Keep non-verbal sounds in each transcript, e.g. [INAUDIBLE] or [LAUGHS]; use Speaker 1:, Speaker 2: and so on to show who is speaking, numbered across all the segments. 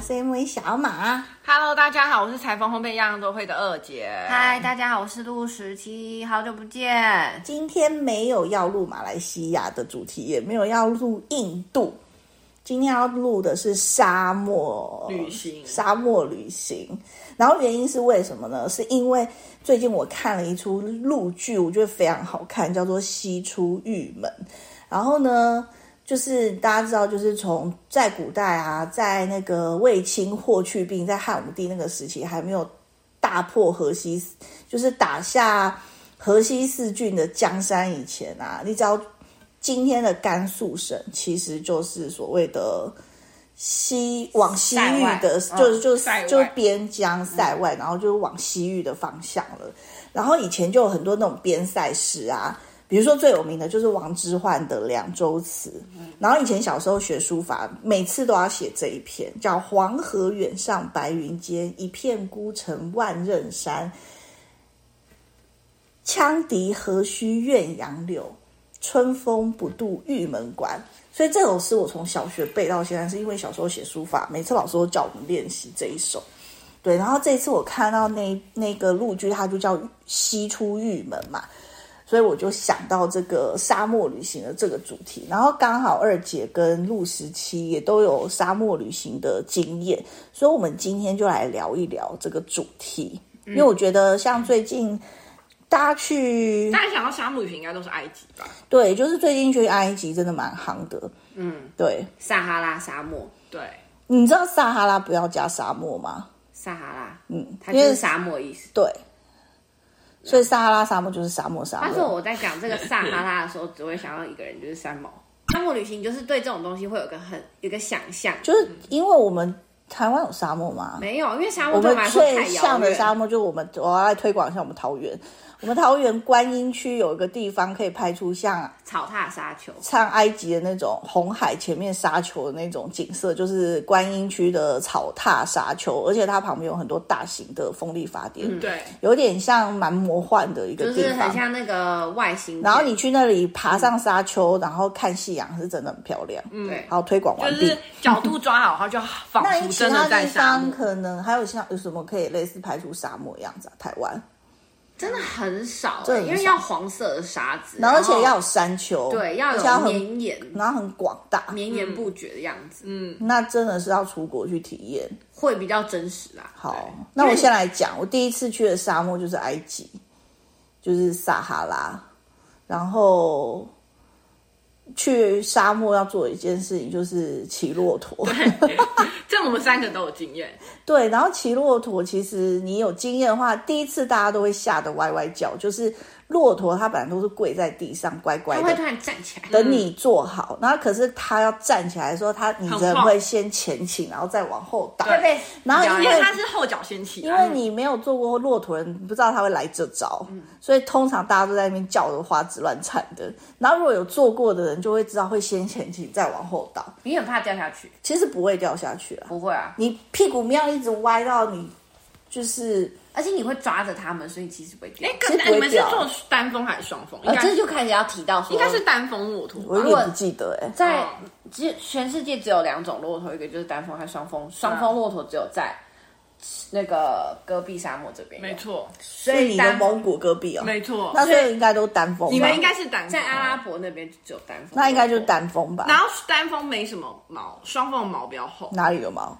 Speaker 1: CMV 小马。
Speaker 2: Hello，大家好，我是裁缝烘焙样样都会的二姐。
Speaker 3: 嗨，大家好，我是陆十七，好久不见。
Speaker 1: 今天没有要录马来西亚的主题，也没有要录印度，今天要录的是沙漠
Speaker 2: 旅行
Speaker 1: 沙漠旅行。然后原因是为什么呢？是因为最近我看了一出陆剧，我觉得非常好看，叫做《西出玉门》。然后呢，就是大家知道，就是从在古代啊，在那个卫青、霍去病，在汉武帝那个时期，还没有大破河西，就是打下河西四郡的江山以前啊，你只要今天的甘肃省，其实就是所谓的西往西域的，
Speaker 3: 塞外
Speaker 1: 就是就是
Speaker 2: 塞外
Speaker 1: 就是边疆塞外，然后就是往西域的方向了。然后以前就有很多那种边塞诗啊，比如说最有名的就是王之涣的《两周词》，然后以前小时候学书法，每次都要写这一篇，叫“黄河远上白云间，一片孤城万仞山。羌笛何须怨杨柳，春风不度玉门关。”所以这首诗我从小学背到现在，是因为小时候写书法，每次老师都叫我们练习这一首。对，然后这次我看到那那个陆剧，它就叫《西出玉门》嘛，所以我就想到这个沙漠旅行的这个主题，然后刚好二姐跟陆十七也都有沙漠旅行的经验，所以我们今天就来聊一聊这个主题，因为我觉得像最近大家去
Speaker 2: 大家想到沙漠旅行，应该都是埃及吧？
Speaker 1: 对，就是最近去埃及真的蛮夯的，嗯，对，
Speaker 3: 撒哈拉沙漠，
Speaker 2: 对，
Speaker 1: 你知道撒哈拉不要加沙漠吗？
Speaker 3: 撒哈拉，嗯，它
Speaker 1: 因
Speaker 3: 就
Speaker 1: 为
Speaker 3: 是沙漠意思。
Speaker 1: 对，所以撒哈拉沙漠就是沙漠沙
Speaker 3: 但是
Speaker 1: 漠。
Speaker 3: 我在讲这 [LAUGHS] 个撒哈拉的时候，只会想到一个人，就是三毛。沙漠旅行就是对这种东西会有个很有个想象，
Speaker 1: 就是因为我们台湾有沙漠吗？
Speaker 3: 没有，因为沙
Speaker 1: 我
Speaker 3: 漠对
Speaker 1: 们
Speaker 3: 我们来说
Speaker 1: 最
Speaker 3: 太遥
Speaker 1: 像的沙
Speaker 3: 远。
Speaker 1: 漠就是我们，我要来推广一下我们桃园。我们桃园观音区有一个地方可以拍出像
Speaker 3: 草踏沙丘，
Speaker 1: 像埃及的那种红海前面沙丘的那种景色，就是观音区的草踏沙丘，而且它旁边有很多大型的风力发电，
Speaker 3: 嗯
Speaker 2: 对，
Speaker 1: 有点像蛮魔幻的一个
Speaker 3: 就
Speaker 1: 地
Speaker 3: 是
Speaker 1: 方
Speaker 3: 很。像那个外星。
Speaker 1: 然后你，去那里爬上沙丘，然后看夕阳，是真的很漂亮。嗯，
Speaker 3: 对，
Speaker 1: 好，推广完
Speaker 2: 就
Speaker 1: 毕。
Speaker 2: 是角度抓好，它就仿
Speaker 1: 那
Speaker 2: 佛
Speaker 1: 其
Speaker 2: 真
Speaker 1: 他
Speaker 2: 的在
Speaker 1: 地
Speaker 2: 沙
Speaker 1: 方
Speaker 2: 漠。
Speaker 1: 可能还有像有什么可以类似拍出沙漠样子啊？台湾，
Speaker 3: 真的很少
Speaker 1: 这
Speaker 3: 欸，
Speaker 1: 很
Speaker 3: 因为
Speaker 1: 少
Speaker 3: 要黄色的沙子，
Speaker 1: 然后而且
Speaker 3: 后
Speaker 1: 要有山丘，
Speaker 3: 对
Speaker 1: 而
Speaker 3: 要嗯
Speaker 1: 且要
Speaker 3: 有
Speaker 1: 很，
Speaker 3: 绵延
Speaker 1: 然后很广大，
Speaker 3: 绵延不绝的样子，
Speaker 2: 嗯
Speaker 1: 那真的是要出国去体验。
Speaker 3: 会比较真实啦。
Speaker 1: 好，那我先来讲，我第一次去的沙漠就是埃及，就是撒哈拉，然后。去沙漠要做一件事情，就是骑骆驼。
Speaker 2: 这我们三个都有经验，
Speaker 1: [LAUGHS] 对，然后骑骆驼，其实你有经验的话，第一次大家都会吓得歪歪叫，就是骆驼它本来都是跪在地上乖乖
Speaker 3: 它会嗯
Speaker 1: 的
Speaker 3: 突然站起来，
Speaker 1: 等你坐好，然后可是它要站起来的时候，它你
Speaker 2: 很
Speaker 1: 人
Speaker 2: 晃
Speaker 1: 会先前倾，然后再往后倒，
Speaker 3: 会被
Speaker 1: 然后因
Speaker 2: 因为
Speaker 1: 为
Speaker 2: 它是后嗯脚先起
Speaker 1: 因
Speaker 2: 来，
Speaker 1: 为你没有坐过骆驼人，你不知道他会来这招，所以通常大家都在那边叫的花枝乱颤的。然后如果有坐过的人，就会知道会先前倾，再往后倒，
Speaker 3: 你很怕掉下去，
Speaker 1: 其实不会掉下去啊。
Speaker 3: 不会啊，
Speaker 1: 你屁股没有一直歪到你就是。
Speaker 3: 而且你会抓着他们，所以其实不会掉。
Speaker 2: 哎，
Speaker 1: 其
Speaker 2: 可
Speaker 1: 实不会
Speaker 2: 你们是
Speaker 1: 掉
Speaker 2: 做单峰还是双峰？应
Speaker 3: 呃，
Speaker 2: 该
Speaker 3: 这就开始要提到说，
Speaker 2: 应该是单峰骆驼
Speaker 1: 我有
Speaker 2: 吧。
Speaker 1: 点不记得哎、
Speaker 3: 在
Speaker 2: 哦
Speaker 3: 只全世界只有两种骆驼，一个就是单峰和双峰，双峰骆驼只有在那个戈壁沙漠这边有，
Speaker 2: 没错，
Speaker 3: 所
Speaker 1: 是
Speaker 3: 以
Speaker 1: 你的
Speaker 3: 单
Speaker 1: 蒙古戈壁哦，
Speaker 2: 没错，
Speaker 1: 那所以应该都单峰吧，
Speaker 2: 你们应该是单峰
Speaker 3: 在阿拉伯那边只有单峰，
Speaker 1: 那应该就是。单峰吧？
Speaker 2: 然后单峰没什么毛，双峰的毛比较厚，
Speaker 1: 哪里有毛？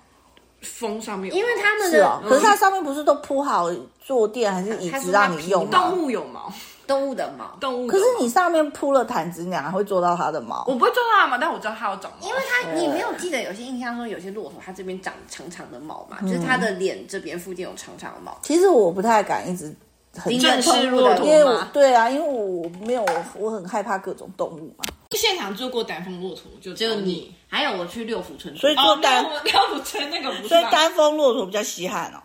Speaker 2: 峰上面有
Speaker 3: 因为
Speaker 2: 毛
Speaker 3: 他们
Speaker 1: 是哦
Speaker 3: 的，
Speaker 2: 嗯
Speaker 1: 可是它上面不是都铺好坐垫还是椅子让你用吗
Speaker 2: 动？物有毛，
Speaker 3: 动物的毛，
Speaker 2: 动物有
Speaker 1: 可是
Speaker 2: 毛
Speaker 1: 你上面铺了毯子，你哪会做到它的毛？
Speaker 2: 我不会做到它的毛，但我知道它有长毛，
Speaker 3: 因为它你没有记得有些印象说有些骆驼它这边长长长的毛嘛，就是它的脸这边附近有长长的毛，
Speaker 1: 其实我不太敢一直很
Speaker 3: 盯
Speaker 1: 近
Speaker 2: 正
Speaker 3: 着
Speaker 2: 式
Speaker 3: 动物
Speaker 2: 骆
Speaker 3: 的
Speaker 2: 驼
Speaker 1: 因为
Speaker 2: 吗
Speaker 1: 我对啊，因为我没有，我很害怕各种动物嘛，
Speaker 2: 现场做过单峰骆驼，就只
Speaker 3: 只有你。，还有我去六福村，
Speaker 1: 所以
Speaker 2: 哦
Speaker 1: 做，
Speaker 2: 那
Speaker 1: 单，
Speaker 2: 我那我觉得那个不是
Speaker 1: 所以
Speaker 2: 吧。
Speaker 1: 单峰骆驼比较稀罕哦。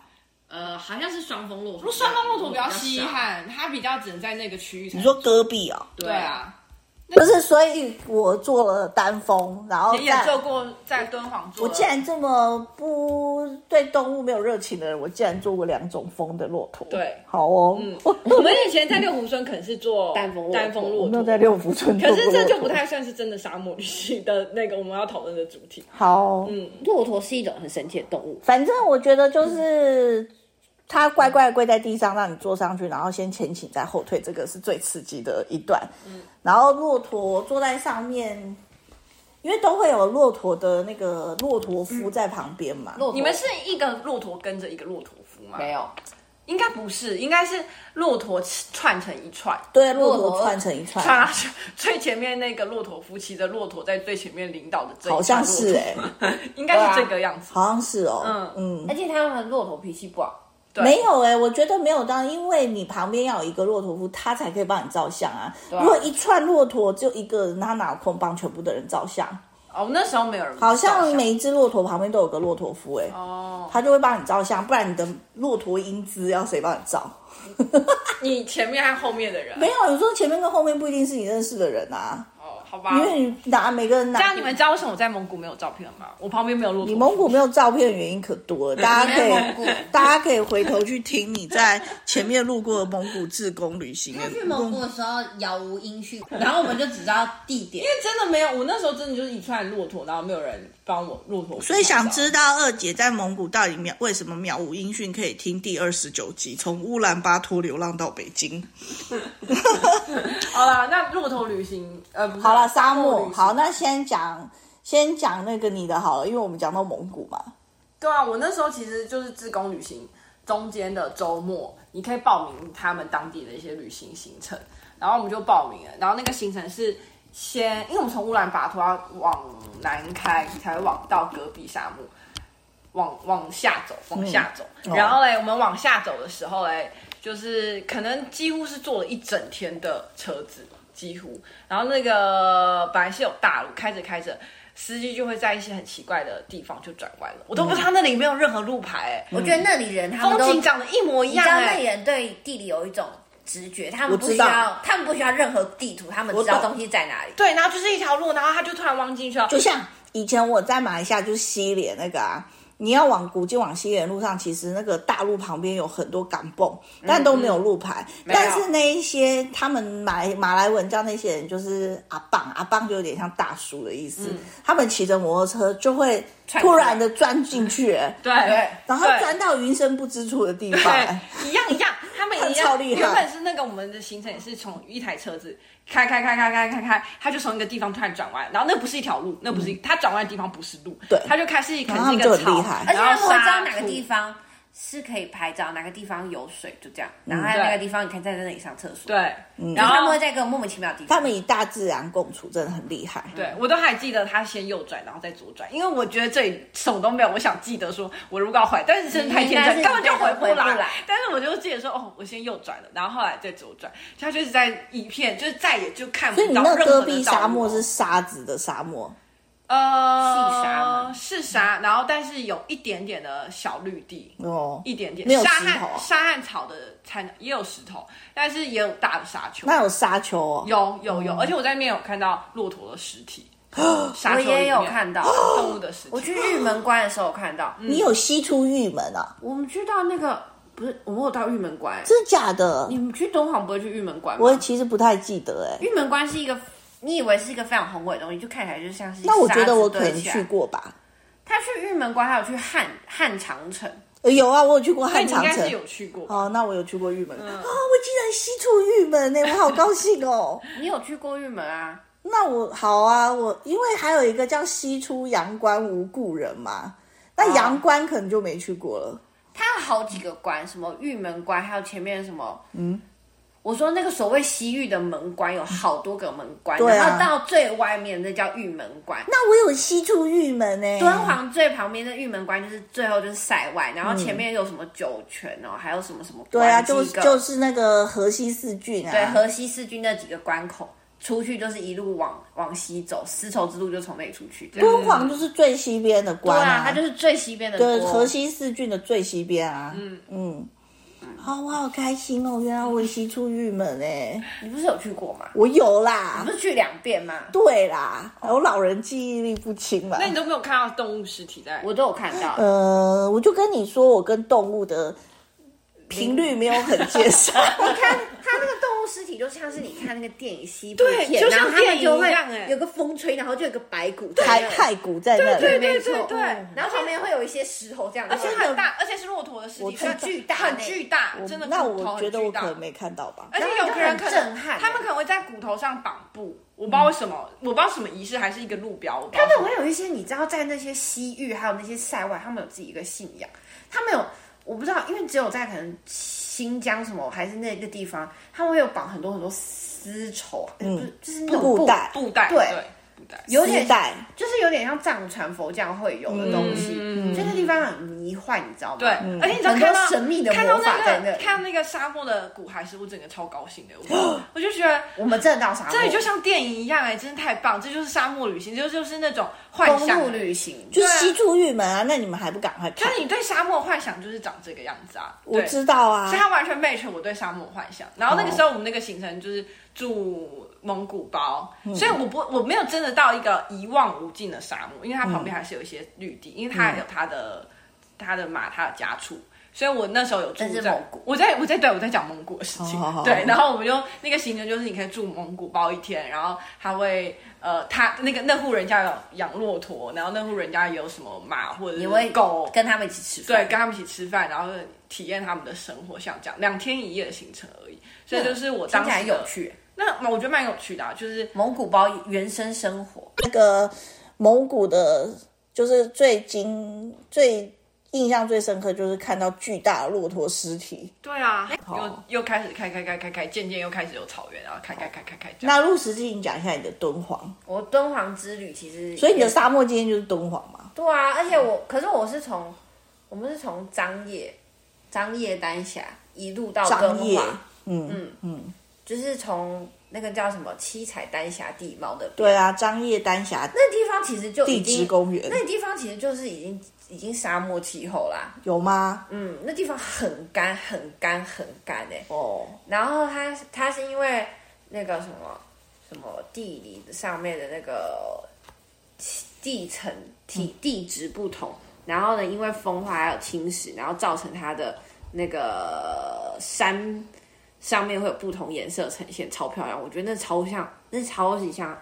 Speaker 3: 呃，好像是双峰骆驼，
Speaker 2: 双峰骆驼比较稀
Speaker 3: 比较少，
Speaker 2: 罕，它比较只能在那个区域才。
Speaker 1: 你说戈壁哦，
Speaker 2: 对啊，
Speaker 1: 就是所以我做了单峰，然
Speaker 2: 啊
Speaker 1: 后
Speaker 4: 你
Speaker 1: 再
Speaker 4: 也做过在敦煌做
Speaker 1: 我
Speaker 4: 的，
Speaker 1: 竟然这么不对动物没有热情的人，我竟然做过两种风的骆驼。
Speaker 2: 对
Speaker 1: 好哦，
Speaker 2: 嗯，我们以前在六湖村可能是做
Speaker 5: 单峰骆驼
Speaker 2: 单峰
Speaker 1: 我
Speaker 2: 骆
Speaker 1: 没有
Speaker 2: 驼，
Speaker 1: 在六福村做
Speaker 2: 可
Speaker 1: 过
Speaker 2: 是这就不
Speaker 1: 骆驼
Speaker 2: 太算是真的沙漠旅行的那个我们要讨论的主题。
Speaker 1: 好哦、
Speaker 2: 嗯，
Speaker 5: 骆驼是一种很神奇的动物，
Speaker 1: 反正我觉得就是它乖乖地跪在地上，让你坐上去，然后先前倾再后退，这个是最刺激的一段。嗯然后骆驼坐在上面。因为都会有骆驼的那个骆驼夫在旁边嘛，
Speaker 5: 骆驼
Speaker 2: 你们是一个骆驼跟着一个骆驼夫吗？
Speaker 5: 没，有？
Speaker 2: 应该不是，应该是骆驼串成一串。
Speaker 1: 对，骆
Speaker 5: 骆
Speaker 1: 驼
Speaker 5: 驼
Speaker 1: 串成一串，
Speaker 2: 串到最前面那个骆驼夫骑着骆驼在最前面领导的这一
Speaker 1: 好像
Speaker 2: 串
Speaker 1: 是
Speaker 2: 骆
Speaker 1: 哎、
Speaker 2: 驼，应该是这个样子。
Speaker 1: 好像是哦，嗯
Speaker 3: 哎
Speaker 5: 而且他们骆驼脾气不好，
Speaker 2: 对
Speaker 1: 没有哎、我觉得没有到，因为你旁边要有一个骆驼夫，他才可以帮你照相啊。
Speaker 5: 啊
Speaker 1: 如果一串骆驼就一个人，他哪有空帮全部的人照相？
Speaker 2: 哦，那时候没有人
Speaker 1: 啊好
Speaker 2: 照
Speaker 1: 像
Speaker 2: 相
Speaker 1: 每一只骆驼旁边都有个骆驼夫哎、
Speaker 2: 哦，
Speaker 1: 他就会帮你照相，不然你的骆驼英姿要谁帮你照？
Speaker 2: 你前面和后面的
Speaker 1: [LAUGHS]
Speaker 2: 人
Speaker 1: 没有，你说前面跟后面不一定是你认识的人啊，
Speaker 2: 哦，好吧
Speaker 1: 因。为你拿每个人拿
Speaker 2: 这样你们知道为什么我在蒙古没有照片吗？我旁边没有骆驼夫。
Speaker 1: 你蒙古没有照片的原因可多了，大家可以 [LAUGHS] 大家可以回头去听你在前面路过的蒙古自贡旅行的
Speaker 3: 去蒙古的时候杳无音讯， [LAUGHS] 然后我们就只知道地点
Speaker 2: 因。为真的没有，我那时候真的就是一串骆驼，然后没有人帮我骆驼。
Speaker 1: 所以想知道二姐在蒙古到底秒为什么渺无音讯，可以听第二十九集，从乌兰巴托流浪到北京。
Speaker 2: 好啦，那骆驼旅行，呃，不是
Speaker 1: 好了，沙漠
Speaker 2: 旅行
Speaker 1: 好，那先讲先讲那个你的好了，因为我们讲到蒙古嘛。
Speaker 2: 对啊，我那时候其实就是自贡旅行中间的周末，你可以报名他们当地的一些旅行行程，然后我们就报名了，然后那个行程是先，因为我们从乌兰巴托要往南开，才会往到戈壁沙漠，往往下走，往下走，
Speaker 1: 嗯
Speaker 2: 然后嘞，我们往下走的时候嘞，就是可能几乎是坐了一整天的车子，几乎，然后那个本来是有大路，开着开着。司机就会在一些很奇怪的地方就转弯了，我都不知道他那里没有任何路牌、哎、
Speaker 3: 嗯我觉得那里人他们
Speaker 2: 风
Speaker 3: 都，
Speaker 2: 景
Speaker 3: 你知
Speaker 2: 长得一模一样、
Speaker 3: 道
Speaker 2: 哎。
Speaker 3: 那里人对地理有一种直觉，他
Speaker 1: 我
Speaker 3: 们不
Speaker 1: 知
Speaker 3: 需
Speaker 1: 道
Speaker 3: 要，他们不需要任何地图，他们
Speaker 1: 我
Speaker 3: 知道
Speaker 1: 懂
Speaker 3: 东西在哪里。
Speaker 2: 对，然后就是一条路，然后他就突然汪进去了，
Speaker 1: 就像以前我在马来西亚就是西连那个啊，你要往古晋往西连路上，其实那个大路旁边有很多港泵，但都嗯没有路牌。
Speaker 2: 没有
Speaker 1: 但是那一些他们马来马来文叫那些人就是阿棒，阿棒就有点像大叔的意思。他们骑着摩托车就会突然的钻进去、欸
Speaker 2: 对，
Speaker 1: 然后
Speaker 2: 对
Speaker 1: 钻到云深不知处的地方、欸
Speaker 2: 对，一样一样，他们一 [LAUGHS] 样。
Speaker 1: 超厉害
Speaker 2: 原本是那个我们的行程也是从一台车子开开开开开开开，他就从一个地方突然转弯，然后那不是一条路，那不是一他转弯的地方不是路，
Speaker 1: 对
Speaker 2: 他就开始可
Speaker 1: 然后
Speaker 2: 能是
Speaker 1: 他们就很
Speaker 2: 一个草
Speaker 1: 厉害，
Speaker 3: 而且他
Speaker 2: 然
Speaker 3: 们
Speaker 2: 后
Speaker 3: 会知道
Speaker 2: 沙
Speaker 3: 哪个
Speaker 2: 土
Speaker 3: 地方是可以拍照，哪个地方有水，就这样。然后还有
Speaker 2: 对
Speaker 3: 哪个地方你可以站在那里上厕所。，
Speaker 2: 对，然
Speaker 3: 然后他们
Speaker 2: 后
Speaker 3: 会在一个莫名其妙的地
Speaker 1: 他
Speaker 3: 方。
Speaker 1: 们与大自然共处真的很厉害。
Speaker 2: 对我都还记得他先右转，然后再左转，因为我觉得这里什么都没有，我想记得说我如果要回来，但是真的太天真，根
Speaker 3: 你应该
Speaker 2: 本
Speaker 3: 是
Speaker 2: 就回
Speaker 3: 回不
Speaker 2: 来。
Speaker 3: 来
Speaker 2: 但是我就记得说，哦，我先右转了，然后后来再左转，他就是在一片就是再也就看不
Speaker 1: 所以你
Speaker 2: 到
Speaker 1: 那
Speaker 2: 任何
Speaker 1: 个
Speaker 2: 的
Speaker 1: 戈壁
Speaker 2: 道路哦
Speaker 1: 沙漠
Speaker 2: 了
Speaker 1: 是沙子的沙漠，
Speaker 2: 呃，
Speaker 3: 细沙吗
Speaker 2: 是沙，然后但是有一点点的小绿地，
Speaker 1: 哦，
Speaker 2: 一点点
Speaker 1: 没有
Speaker 2: 沙
Speaker 1: 石头啊
Speaker 2: 和沙和草的残也有石头，但是也有大的沙丘，
Speaker 1: 那有沙丘哦。
Speaker 2: 有有有，而且我在那边有看到骆驼的尸
Speaker 1: [GASPS]
Speaker 2: 体，沙
Speaker 3: 我
Speaker 2: 丘里面
Speaker 3: 也有看到，
Speaker 2: [GASPS] 动物的尸
Speaker 3: 我
Speaker 2: 体，
Speaker 3: 去玉门关的时候有看到。
Speaker 1: 你有西出玉门啊？
Speaker 5: 我们去到那个不是，我们有到玉门关。
Speaker 1: 真的假的
Speaker 5: 你？们去敦煌不会去玉门关吗？
Speaker 1: 我其实不太记得哎、
Speaker 5: 玉门关是一个，
Speaker 3: 你以为是一个非常宏伟的东西，就看起来就像是
Speaker 1: 那我觉
Speaker 3: 沙
Speaker 1: 得
Speaker 3: 子
Speaker 1: 我可
Speaker 3: 堆
Speaker 1: 能
Speaker 3: 起来
Speaker 1: 去。过吧。
Speaker 3: 他去玉门关，还有去汉汉长城，
Speaker 1: 呃有啊，我有去过
Speaker 2: 那
Speaker 1: 汉
Speaker 2: 你
Speaker 1: 长
Speaker 2: 应该是
Speaker 1: 城。
Speaker 2: 有嗯去过，
Speaker 1: 哦，那我有去过玉门、啊！我竟然西出玉门呢、我好高兴哦。 [LAUGHS]
Speaker 3: 你有去过玉门啊？
Speaker 1: 那我好啊，我因为还有一个叫西出阳关无故人嘛，
Speaker 2: 哦
Speaker 1: 那阳关可能就没去过了。
Speaker 3: 它有好几个关，什么玉门关，还有前面什么，嗯，我说那个所谓西域的门关有好多个门关，
Speaker 1: 对啊
Speaker 3: 然后到最外面那叫玉门关。
Speaker 1: 那我有西出玉门哎呢、
Speaker 3: 敦煌最旁边的玉门关就是最后就是塞外，然后
Speaker 2: 嗯
Speaker 3: 前面有什么酒泉哦，还有什么什么关
Speaker 1: 对啊，
Speaker 3: 几
Speaker 1: 就
Speaker 3: 个
Speaker 1: 就是那个河西四郡啊。
Speaker 3: 对河西四郡那几个关口出去就是一路往往西走，丝绸之路就从那里出去。这样
Speaker 1: 敦煌就是最西边的
Speaker 3: 对
Speaker 1: 关
Speaker 3: 啊，它
Speaker 1: 啊
Speaker 3: 就是最西边的
Speaker 1: 对，
Speaker 3: 国
Speaker 1: 河西四郡的最西边啊。嗯嗯，啊、我好开心哦！原来我也西出玉门哎、
Speaker 3: 你不是有去过吗？
Speaker 1: 我有啦
Speaker 3: 你不，是去两遍吗？
Speaker 1: 对啦，我老人记忆力不清啦。
Speaker 2: 那你都没有看到动物尸体在，
Speaker 3: 我都有看
Speaker 2: [LAUGHS]
Speaker 3: 到。
Speaker 2: 啊
Speaker 1: 呃，我就跟你说，我跟动物的频率没有很接
Speaker 2: [LAUGHS]
Speaker 1: 上。
Speaker 3: 你看它那个动物尸体，就像是你看那个电影西部
Speaker 2: 对
Speaker 3: 片，
Speaker 2: 就
Speaker 3: 然
Speaker 2: 像
Speaker 3: 后他
Speaker 2: 电
Speaker 3: 们就
Speaker 2: 影一样哎
Speaker 3: 会有个风吹，然后就有个白骨在
Speaker 1: 骸
Speaker 3: 那里
Speaker 1: 骸骨在那
Speaker 2: 对
Speaker 1: 里，
Speaker 3: 没错，
Speaker 2: 对对
Speaker 3: 然后旁边会有一些石头这样，而
Speaker 2: 而且很大，而且是骆驼的尸体，
Speaker 3: 知道
Speaker 2: 很很巨大，真的
Speaker 1: 那
Speaker 2: 骨
Speaker 1: 欸
Speaker 2: 头
Speaker 1: 我
Speaker 2: 很
Speaker 1: 觉得
Speaker 2: 巨
Speaker 1: 我
Speaker 2: 大哎
Speaker 1: 可能没看到吧。
Speaker 2: 而且有的人可能
Speaker 3: 然后就很震撼欸嗯
Speaker 2: 他们可能会在骨头上绑布，我不知道为什么，我不知道什么仪式，还是一个路标，我不知道
Speaker 3: 他们会有一些，你知道，在那些西域还有那些塞外，他们有自己一个信仰，他们有我不知道，因为只有在可能新疆什么还是那个地方，他们会有绑很多很多丝绸，嗯，就是那种
Speaker 1: 布带
Speaker 2: 布带，
Speaker 3: 对
Speaker 2: 对布带，
Speaker 3: 有
Speaker 1: 丝
Speaker 3: 点
Speaker 1: 带，
Speaker 3: 就是有点像藏传佛教会有的东西，
Speaker 2: 嗯
Speaker 3: 就那地方很迷幻，你知道吗？
Speaker 2: 对，而且你知道
Speaker 3: 嗯很多
Speaker 2: 看到
Speaker 3: 神秘的
Speaker 2: 看到
Speaker 3: 魔法
Speaker 2: 那
Speaker 3: 在那
Speaker 2: 个
Speaker 3: 里
Speaker 2: 看到那个沙漠的骨骸时，我整个超高兴的，
Speaker 3: [GASPS]
Speaker 2: 我我就觉得。
Speaker 3: 我们真的到沙漠，
Speaker 2: 真的就像电影一样哎、真的太棒！这就是沙漠旅行，这就是那种幻
Speaker 3: 公
Speaker 2: 想
Speaker 3: 路。旅行，
Speaker 1: 就西出玉门啊，那你们还不赶快看
Speaker 2: 但？是你对沙漠幻想就是长这个样子啊，
Speaker 1: 我
Speaker 2: 对，所
Speaker 1: 知道啊
Speaker 2: 以，它完全 match 我对沙漠幻想。然后那个时候我们那个行程就是住蒙古包，所以我不我没有真的到一个一望无尽的沙漠，因为它旁边还是有一些绿地，因为它还有它的它的马它的家畜。嗯所以我那时候有住
Speaker 3: 但是
Speaker 2: 在哦
Speaker 3: 蒙古，
Speaker 2: 我在我在对我在讲蒙古的事情，
Speaker 1: 好好好
Speaker 2: 对，然后我们就那个行程就是你可以住蒙古包一天，然后他会呃他那个那户人家有养骆驼，然后那户人家有什么马或者
Speaker 3: 你会
Speaker 2: 是狗，
Speaker 3: 跟他们一起吃
Speaker 2: 对，
Speaker 3: 饭，
Speaker 2: 跟他们一起吃饭，然后体验他们的生活，像这样两天一夜的行程而已，所以就是我
Speaker 3: 听
Speaker 2: 当
Speaker 3: 起
Speaker 2: 时
Speaker 3: 来
Speaker 2: 的
Speaker 3: 很有，趣。
Speaker 2: 那我觉得蛮有趣的、啊，就是
Speaker 3: 蒙古包原生生活，
Speaker 1: 那个蒙古的，就是最惊、最印象最深刻，就是看到巨大的骆驼尸体。
Speaker 2: 对啊，
Speaker 1: 好
Speaker 2: 又又开始开开开开开，渐渐又开始有草原，然后开开开开开，这样
Speaker 1: 那入实际你讲一下你的敦煌，
Speaker 3: 我敦煌之旅其实，
Speaker 1: 所以你的沙漠今天就是敦煌嘛？
Speaker 3: 对啊，而且
Speaker 1: 嗯
Speaker 3: 我，可是我是从，我们是从张掖，张掖丹霞一路到哦敦
Speaker 1: 张掖
Speaker 3: 煌，，
Speaker 1: 嗯，
Speaker 3: 嗯嗯，就是从那个叫什么七彩丹霞地貌的，
Speaker 1: 对啊，张掖丹霞
Speaker 3: 那地方其实就已
Speaker 1: 地质
Speaker 3: 经，
Speaker 1: 公园
Speaker 3: 那地方其实就是已经已经沙漠气候啦，
Speaker 1: 有吗？
Speaker 3: 嗯，那地方很干很干很干哎、
Speaker 1: 哦，
Speaker 3: 然后它它是因为那个什么什么地理上面的那个地层体地质不同，然后呢，因为风化还有侵蚀，然后造成它的那个山上面会有不同颜色呈现，超漂亮。我觉得那超像，那超级像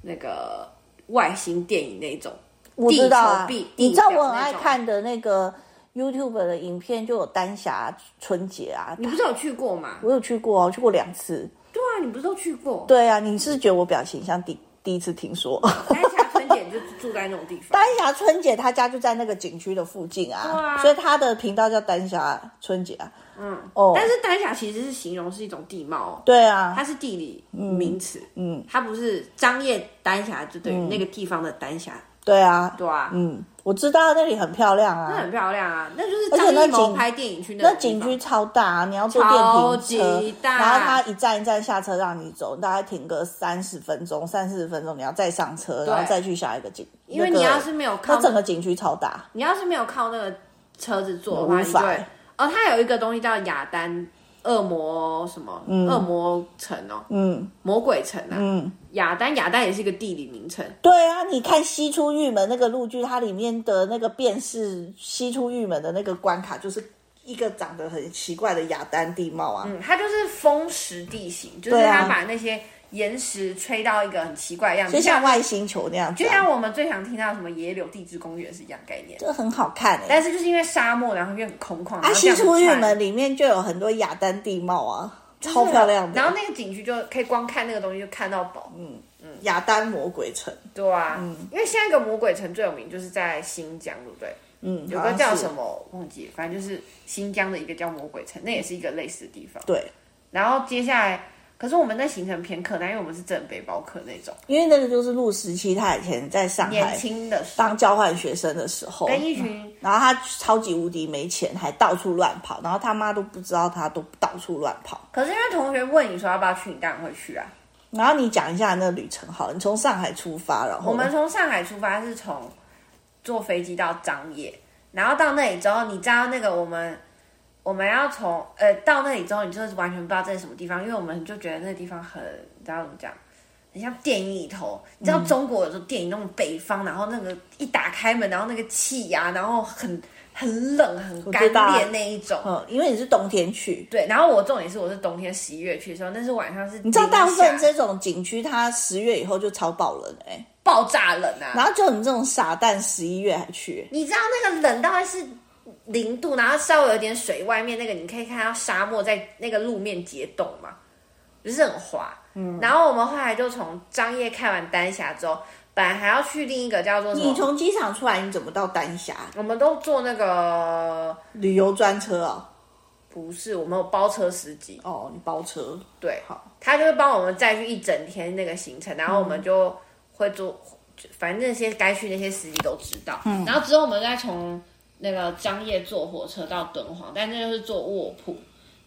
Speaker 3: 那个外星电影那种。
Speaker 1: 我知道啊
Speaker 3: 地球壁，
Speaker 1: 你知道
Speaker 3: 地表
Speaker 1: 我很爱
Speaker 3: 那种
Speaker 1: 看的那个 YouTube 的影片，就有丹霞春节啊，
Speaker 3: 你不是有去过吗？
Speaker 1: 我有去过、啊，我去过两次。
Speaker 3: 对啊，你不是都去过？
Speaker 1: 对啊，你是觉得我表情像第第一次听说？ [LAUGHS]
Speaker 3: 丹霞春姐就住在那种地方。
Speaker 1: 丹霞春姐她家就在那个景区的附近啊，所以她的频道叫丹霞春姐啊。嗯，哦，
Speaker 3: 但是丹霞其实是形容是一种地貌、哦，
Speaker 1: 对啊
Speaker 3: 它，是地理名词，嗯，它不是张掖丹霞，就等于那个地方的丹霞，
Speaker 1: 对啊，
Speaker 3: 对啊，
Speaker 1: 嗯，我知道那里很漂亮
Speaker 3: 那
Speaker 1: 啊
Speaker 3: 很，漂亮啊，那就是
Speaker 1: 而且那
Speaker 3: 张艺谋
Speaker 1: 景
Speaker 3: 拍电影去那
Speaker 1: 那
Speaker 3: 种地
Speaker 1: 景
Speaker 3: 方
Speaker 1: 区超大、啊，你要坐电瓶
Speaker 3: 超
Speaker 1: 车
Speaker 3: 级，大
Speaker 1: 然后它一站一站下车让你走，大概停个三十分钟、三四十分钟，你要再上车，然后再去下一个景。
Speaker 3: 因为你要是没有
Speaker 1: 它
Speaker 3: 靠
Speaker 1: 整个景区超大，
Speaker 3: 你要是没有靠那个车子坐的
Speaker 1: 无
Speaker 3: 话，你就
Speaker 1: 法
Speaker 3: 会哦，它有一个东西叫雅丹恶魔什么、恶魔城哦，
Speaker 1: 嗯
Speaker 3: 魔鬼城啊，
Speaker 1: 嗯，
Speaker 3: 雅丹雅丹也是一个地理名称，
Speaker 1: 对啊，你看《西出玉门》那个陆剧，它里面的那个辨识《西出玉门》的那个关卡，就是一个长得很奇怪的雅丹地貌啊。
Speaker 3: 嗯，它就是风蚀地形，就是
Speaker 1: 对啊
Speaker 3: 它把那些岩石吹到一个很奇怪的样子，
Speaker 1: 就像外星球那样子
Speaker 3: 就
Speaker 1: 啊、
Speaker 3: 像我们最常听到什么野柳地质公园是一样概念，
Speaker 1: 这很好看哎、
Speaker 3: 但是就是因为沙漠，然后又很空旷，然
Speaker 1: 啊，《
Speaker 3: 后这
Speaker 1: 西
Speaker 3: 样
Speaker 1: 出玉
Speaker 3: 串
Speaker 1: 门》里面就有很多雅丹地貌啊，超漂亮的。嗯
Speaker 3: 然后那个景区就可以光看那个东西就看到饱，
Speaker 1: 雅丹魔鬼城，
Speaker 3: 对啊，
Speaker 1: 嗯
Speaker 3: 因为下一个魔鬼城最有名就是在新疆，对不对？
Speaker 1: 嗯，
Speaker 3: 有
Speaker 1: 好
Speaker 3: 个
Speaker 1: 像
Speaker 3: 叫
Speaker 1: 是
Speaker 3: 什？么忘记了，反正就是新疆的一个叫魔鬼城，那也是一个类似的地方。
Speaker 1: 对，
Speaker 3: 然后接下来，可是我们那行程偏客单，因为我们是真的背包客那种，
Speaker 1: 因为那个就是陆时期，他以前在上
Speaker 3: 年
Speaker 1: 海
Speaker 3: 轻的时候
Speaker 1: 当嗯交换学生的时候，
Speaker 3: 跟一群
Speaker 1: 然后他超级无敌没钱，还到处乱跑，然后他妈都不知道他都到处乱跑。
Speaker 3: 可是因为同学问你说要不要去，你当然会去啊。
Speaker 1: 然后你讲一下那个旅程好了，你从上海出发，然后
Speaker 3: 我们从上海出发是从坐飞机到张掖，然后到那里之后，你知道那个我们我们要从呃到那里之后，你就是完全不知道这是什么地方，因为我们就觉得那个地方很，你知道怎么讲，很像电影里头。
Speaker 1: 嗯
Speaker 3: 你知道中国有时候电影那种北方，然后那个一打开门，然后那个气呀、然后很很冷、很干
Speaker 1: 知道
Speaker 3: 裂那一种。
Speaker 1: 嗯，因为你是冬天去，
Speaker 3: 对，然后我重点是我是冬天十一月去的时候，那是晚上是你
Speaker 1: 你知道大部分这种景区它十月以后就超爆冷哎、
Speaker 3: 爆炸冷啊，
Speaker 1: 然后就你这种傻蛋十一月还去、
Speaker 3: 你知道那个冷到会是零度，然后稍微有点水，外面那个你可以看到沙漠在那个路面结冻嘛，就是很滑。嗯，然后我们后来就从张掖看完丹霞之后，本来还要去另一个叫做什
Speaker 1: 你
Speaker 3: 么，
Speaker 1: 从机场出来，你怎么到丹霞
Speaker 3: 我们都坐那个
Speaker 1: 旅游专车哦？
Speaker 3: 不是，我们有包车司机，
Speaker 1: 哦，你包车，
Speaker 3: 对，
Speaker 1: 好
Speaker 3: 他就会帮我们再去一整天那个行程，然后我们
Speaker 1: 嗯
Speaker 3: 就会做，反正那些该去那些司机都知道。嗯，然后之后我们再从那个张掖坐火车到敦煌，但那就是坐卧铺，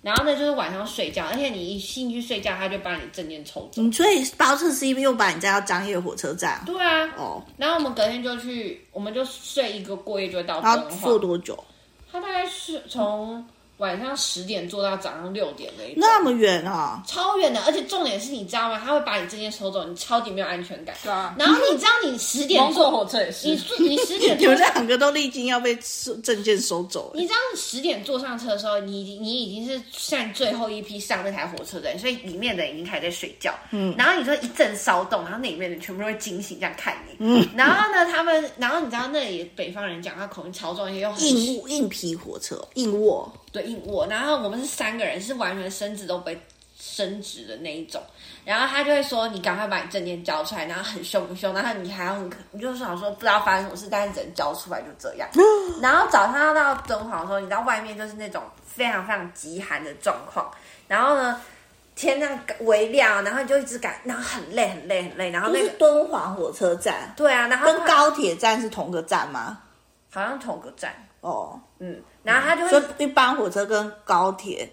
Speaker 3: 然后那就是晚上睡觉，而且你一进去睡觉，他就把你证件抽走。
Speaker 1: 你所以包车是因为又把你载到张掖火车站
Speaker 3: 对啊，
Speaker 1: 哦，
Speaker 3: 然后我们隔天就去，我们就睡一个过夜就到
Speaker 1: 然后
Speaker 3: 敦
Speaker 1: 坐
Speaker 3: 煌，
Speaker 1: 多久？
Speaker 3: 他大概是从晚上十点坐到早上六点的一种。
Speaker 1: 那么远啊？
Speaker 3: 超远的，而且重点是，你知道吗？他会把你证件抽走，你超级没有安全感。
Speaker 2: 对啊，
Speaker 3: 然后你知道你十点
Speaker 2: 蒙古火车
Speaker 3: 坐，
Speaker 2: 也是，
Speaker 3: 你坐你十点
Speaker 1: 你
Speaker 3: 坐
Speaker 1: 们，两个都历经要被收证件收走、
Speaker 3: 你知道你十点坐上车的时候，你已经你已经是算最后一批上那台火车的人，所以里面的人已经开始在睡觉。嗯，然后你说一阵骚动，然后那里面的人全部都会惊醒，这样看你。嗯，然后呢，他们，然后你知道那里北方人讲话口音超重，又很
Speaker 1: 硬硬皮火车，硬卧，
Speaker 3: 对硬卧，然后我们是三个人，是完全身子都被伸直的那一种。然后他就会说：“你赶快把你证件交出来。”然后很凶很凶，然后你还要很，你就想说不知道发生什么事，但是只能交出来，就这
Speaker 1: [GASPS]
Speaker 3: 样。然后早上要到敦煌的时候，你知道外面就是那种非常非常极寒的状况，然后呢天那样微亮，啊然后你就一直赶，然后很累很累很累，然后
Speaker 1: 就
Speaker 3: 啊那
Speaker 1: 是
Speaker 3: 个
Speaker 1: 敦煌火车站
Speaker 3: 对啊，然后
Speaker 1: 跟高铁站是同个站吗？
Speaker 3: 好像同个站，
Speaker 1: 哦，
Speaker 3: 嗯，然后他就会
Speaker 1: 所以一般火车跟高铁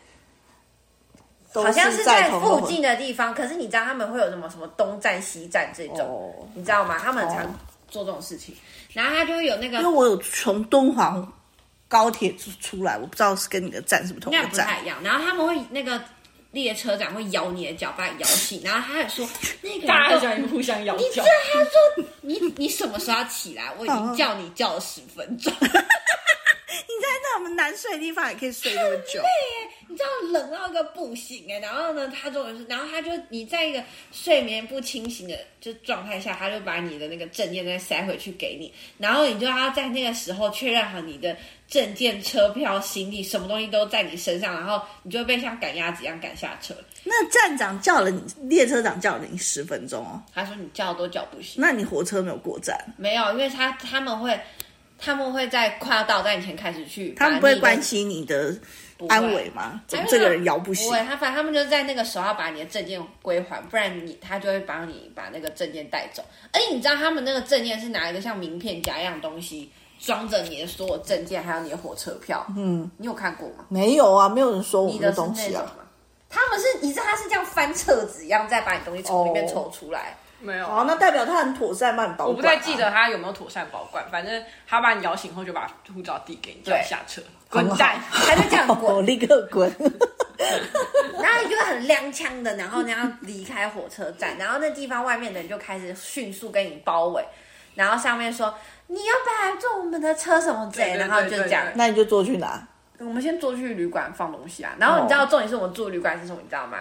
Speaker 1: 都
Speaker 3: 好像
Speaker 1: 是
Speaker 3: 是在
Speaker 1: 同个
Speaker 3: 附
Speaker 1: 火
Speaker 3: 近的地方，可是你知道他们会有什么什么东站西站这种，
Speaker 1: 哦
Speaker 3: 你知道吗？他们很
Speaker 1: 哦
Speaker 3: 常做这种事情，然后他就会有那个
Speaker 1: 因为，我有从敦煌高铁出出来，我不知道是跟你的站是不是同
Speaker 3: 应该
Speaker 1: 个
Speaker 3: 不
Speaker 1: 站。
Speaker 3: 太一样，然后他们会那个列车长会摇你的脚，把你摇醒，然后他还
Speaker 1: [LAUGHS]
Speaker 3: 说那个
Speaker 2: [LAUGHS] 大家很
Speaker 3: 人
Speaker 2: 喜
Speaker 3: 都
Speaker 2: 欢互相咬脚。
Speaker 3: 你你什么时候要起来？我已
Speaker 1: 嗯
Speaker 3: 经叫你叫了十分钟，
Speaker 1: 你在那么难睡的地方也可以睡那么
Speaker 3: [LAUGHS]
Speaker 1: 久，
Speaker 3: 你知道冷到一个不行哎、然后呢，他终于是，然后他就你在一个睡眠不清醒的就状态下，他就把你的那个证件再塞回去给你，然后你就要在那个时候确认好你的证件、车票、行李什么东西都在你身上，然后你就会被像赶鸭子一样赶下车。
Speaker 1: 那站长叫了你，列车长叫了你十分钟哦，
Speaker 3: 他说你叫都叫不醒，
Speaker 1: 那你火车没有过站，
Speaker 3: 没有，因为他他们会他们会在快要到站前开始去把
Speaker 1: 他们
Speaker 3: 你的，
Speaker 1: 不会关心你的
Speaker 3: 不会
Speaker 1: 安危吗？怎
Speaker 3: 因
Speaker 1: 么
Speaker 3: 为
Speaker 1: 这个
Speaker 3: 他
Speaker 1: 人摇不醒
Speaker 3: 哎不？会，他反正他们就是在那个时候要把你的证件归还，不然你他就会帮你把那个证件带走。而且你知道他们那个证件是拿一个像名片夹一样东西装着你的所有证件，还有你的火车票。嗯，你有看过吗？
Speaker 1: 没有啊，没有人说我
Speaker 3: 你
Speaker 1: 们
Speaker 3: 的
Speaker 1: 的
Speaker 3: 是
Speaker 1: 东
Speaker 3: 那
Speaker 1: 西
Speaker 3: 种
Speaker 1: 啊。
Speaker 3: 吗？他们是，你知道他是这样翻册子一样，再把你东西从里面
Speaker 1: 哦
Speaker 3: 抽出来。
Speaker 2: 没有，
Speaker 1: 好，那代表他很妥善帮你保管、啊。
Speaker 2: 我不太记得他有没有妥善保管，反正他把你摇醒后就把护照递给你，叫你下车，滚蛋！
Speaker 3: 他就这样滚
Speaker 1: 我立刻滚。
Speaker 3: 然后你就很踉跄的，然后你要离开火车站，然后那地方外面的人就开始迅速跟你包围，然后上面说你要不要来坐我们的车什么之类
Speaker 2: 对对
Speaker 3: 的，
Speaker 2: 对
Speaker 3: 然后就这样
Speaker 2: 对。对
Speaker 1: 那你就坐去哪？
Speaker 3: 我们先坐去旅馆放东西啊，然后你知道重点是我们住的旅馆是什么，你知道吗？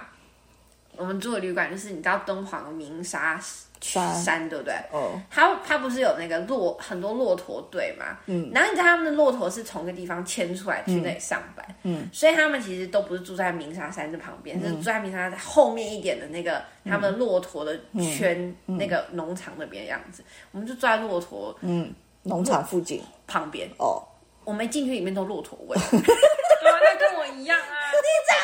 Speaker 3: 我们住的旅馆就是你知道敦煌的鸣沙
Speaker 1: 山
Speaker 3: 山对不对？
Speaker 1: 啊哦，
Speaker 3: 它它不是有那个骆很多骆驼队嘛，嗯，然后你知道他们的骆驼是从一个地方迁出来去那里上班，嗯，所以他们其实都不是住在鸣沙山这旁边，是住在鸣沙山后面一点的那个他们骆驼的圈、那个农场那边的样子，我们就住在骆驼
Speaker 1: 农场附近
Speaker 3: 旁边，
Speaker 1: 哦。
Speaker 3: 我们一进去里面都骆驼味，
Speaker 2: 对啊，那跟我一样啊，
Speaker 3: 这样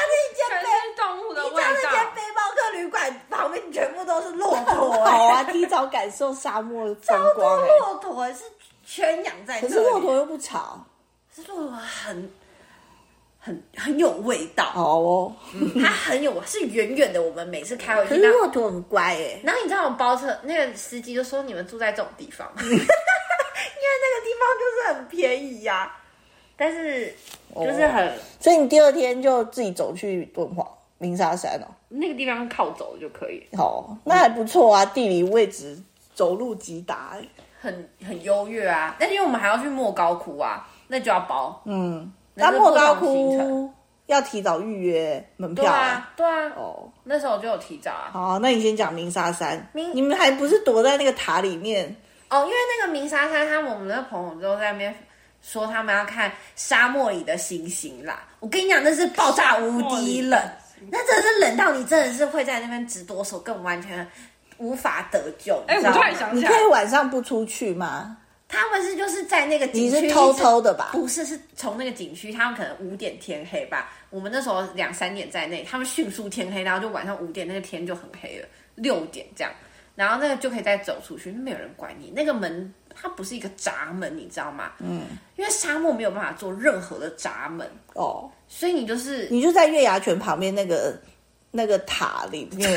Speaker 2: 全
Speaker 3: 子
Speaker 2: 是动物的味
Speaker 3: 那间
Speaker 2: 道。
Speaker 3: 背包客旅馆旁边全部都是骆驼、
Speaker 1: [LAUGHS]
Speaker 3: 欸，
Speaker 1: 好啊，提早感受沙漠的风光、欸。
Speaker 3: 骆驼是圈养在
Speaker 1: 可
Speaker 3: 这里，
Speaker 1: 是骆驼又不吵。
Speaker 3: 是骆驼很很很有味道，
Speaker 1: 好哦，
Speaker 3: 它很有是远远的，我们每次开回
Speaker 1: 可是
Speaker 3: 去那。
Speaker 1: 骆驼很乖哎、
Speaker 3: 然后你知道我们包车那个司机就
Speaker 1: [LAUGHS]
Speaker 3: 说你们住在这种地方，因为那个地方就是很便宜呀、但是就是很、
Speaker 1: 所以你第二天就自己走去敦煌鸣沙山哦。
Speaker 3: 那个地方靠走就可以，
Speaker 1: 好，那还不错啊，地理位置走路即达、欸
Speaker 3: 很很优越啊。但因为我们还要去莫高窟啊，那就要包。
Speaker 1: 嗯，
Speaker 3: 那
Speaker 1: 那
Speaker 3: 是
Speaker 1: 莫
Speaker 3: 不同
Speaker 1: 高
Speaker 3: 行程
Speaker 1: 窟要提早预约门
Speaker 3: 对
Speaker 1: 票、
Speaker 3: 啊，对啊，
Speaker 1: 哦，
Speaker 3: 那时候我就有提早啊。
Speaker 1: 好，哦那你先讲鸣沙山，
Speaker 3: 鸣
Speaker 1: 你们还不是躲在那个塔里面？
Speaker 3: 哦，因为那个鸣沙山，他们我们的朋友都在那边说他们要看沙漠里的星星啦。我跟你讲，那是爆炸无敌冷，那真的是冷到你真的是会在那边直哆嗦，更完全无法得救。
Speaker 2: 哎、
Speaker 3: 你知
Speaker 2: 我
Speaker 3: 道
Speaker 2: 突
Speaker 3: 吗
Speaker 2: 然想
Speaker 1: 你
Speaker 2: 起
Speaker 1: 可
Speaker 2: 来，
Speaker 1: 以晚上不出去吗？
Speaker 3: 他们是就是在那个景
Speaker 1: 你
Speaker 3: 区
Speaker 1: 是偷偷的吧
Speaker 3: 一直不是，是从那个景区，他们可能五点天黑吧。我们那时候两三点在内，他们迅速天黑，然后就晚上五点那个天就很黑了，六点这样，然后那个就可以再走出去，没有人管你。那个门它不是一个闸门，你知道吗？嗯，因为沙漠没有办法做任何的闸门，
Speaker 1: 哦，
Speaker 3: 所以你就是
Speaker 1: 你就在月牙泉旁边那个那个塔里
Speaker 3: [LAUGHS]
Speaker 1: 面，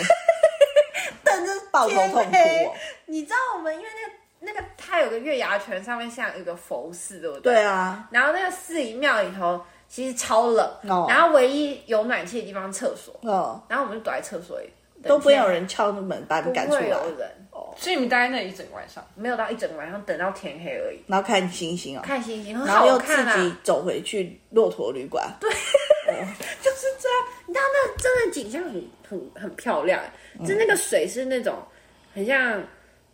Speaker 1: 但是抱头痛哭、哦。
Speaker 3: 你知道我们因为那个那个它有个月牙泉，上面像有个佛寺，对不对？
Speaker 1: 对啊，
Speaker 3: 然后那个寺里庙里头其实超冷，
Speaker 1: 哦
Speaker 3: 然后唯一有暖气的地方是厕所，
Speaker 1: 哦，
Speaker 3: 然后我们就躲在厕所里，
Speaker 1: 都
Speaker 3: 等
Speaker 1: 不会
Speaker 3: 天
Speaker 1: 有人敲门把你
Speaker 3: 不
Speaker 1: 赶出
Speaker 3: 会
Speaker 1: 来，
Speaker 3: 有人，
Speaker 2: 所以你们待在那里一整个晚上，
Speaker 3: 没有到一整晚上，等到天黑而已。
Speaker 1: 然后看星星哦，
Speaker 3: 看星星，很
Speaker 1: 然后
Speaker 3: 好
Speaker 1: 又
Speaker 3: 看
Speaker 1: 自
Speaker 3: 啊！
Speaker 1: 己走回去骆驼旅馆。对，
Speaker 3: 你知道那真的景象很很很漂亮，
Speaker 1: 嗯
Speaker 3: 就那个水是那种很像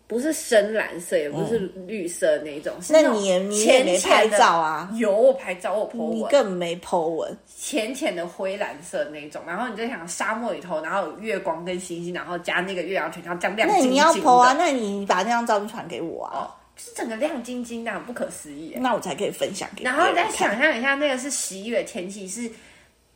Speaker 3: 不是深蓝色，也不是绿色那种，是
Speaker 1: 嗯那
Speaker 3: 种
Speaker 1: 你也你也
Speaker 3: 浅
Speaker 1: 没
Speaker 3: 浅
Speaker 1: 拍
Speaker 3: 的
Speaker 1: 照。啊，
Speaker 3: 有我拍照，我 po
Speaker 1: 你
Speaker 3: 文，
Speaker 1: 更没 Po 文。
Speaker 3: 浅浅的灰蓝色那种，然后你就想沙漠里头，然后有月光跟星星，然后加那个月亮圈，然后这样亮
Speaker 1: 那
Speaker 3: 晶晶
Speaker 1: 你要 Po 啊，
Speaker 3: 的，哦
Speaker 1: 那你把那张照片传给我啊，
Speaker 3: 就是整个亮晶晶的，啊很不可思议耶。
Speaker 1: 那我才可以分享给别
Speaker 3: 然
Speaker 1: 人
Speaker 3: 后
Speaker 1: 看。
Speaker 3: 再想象一下，那个是十一月天气，是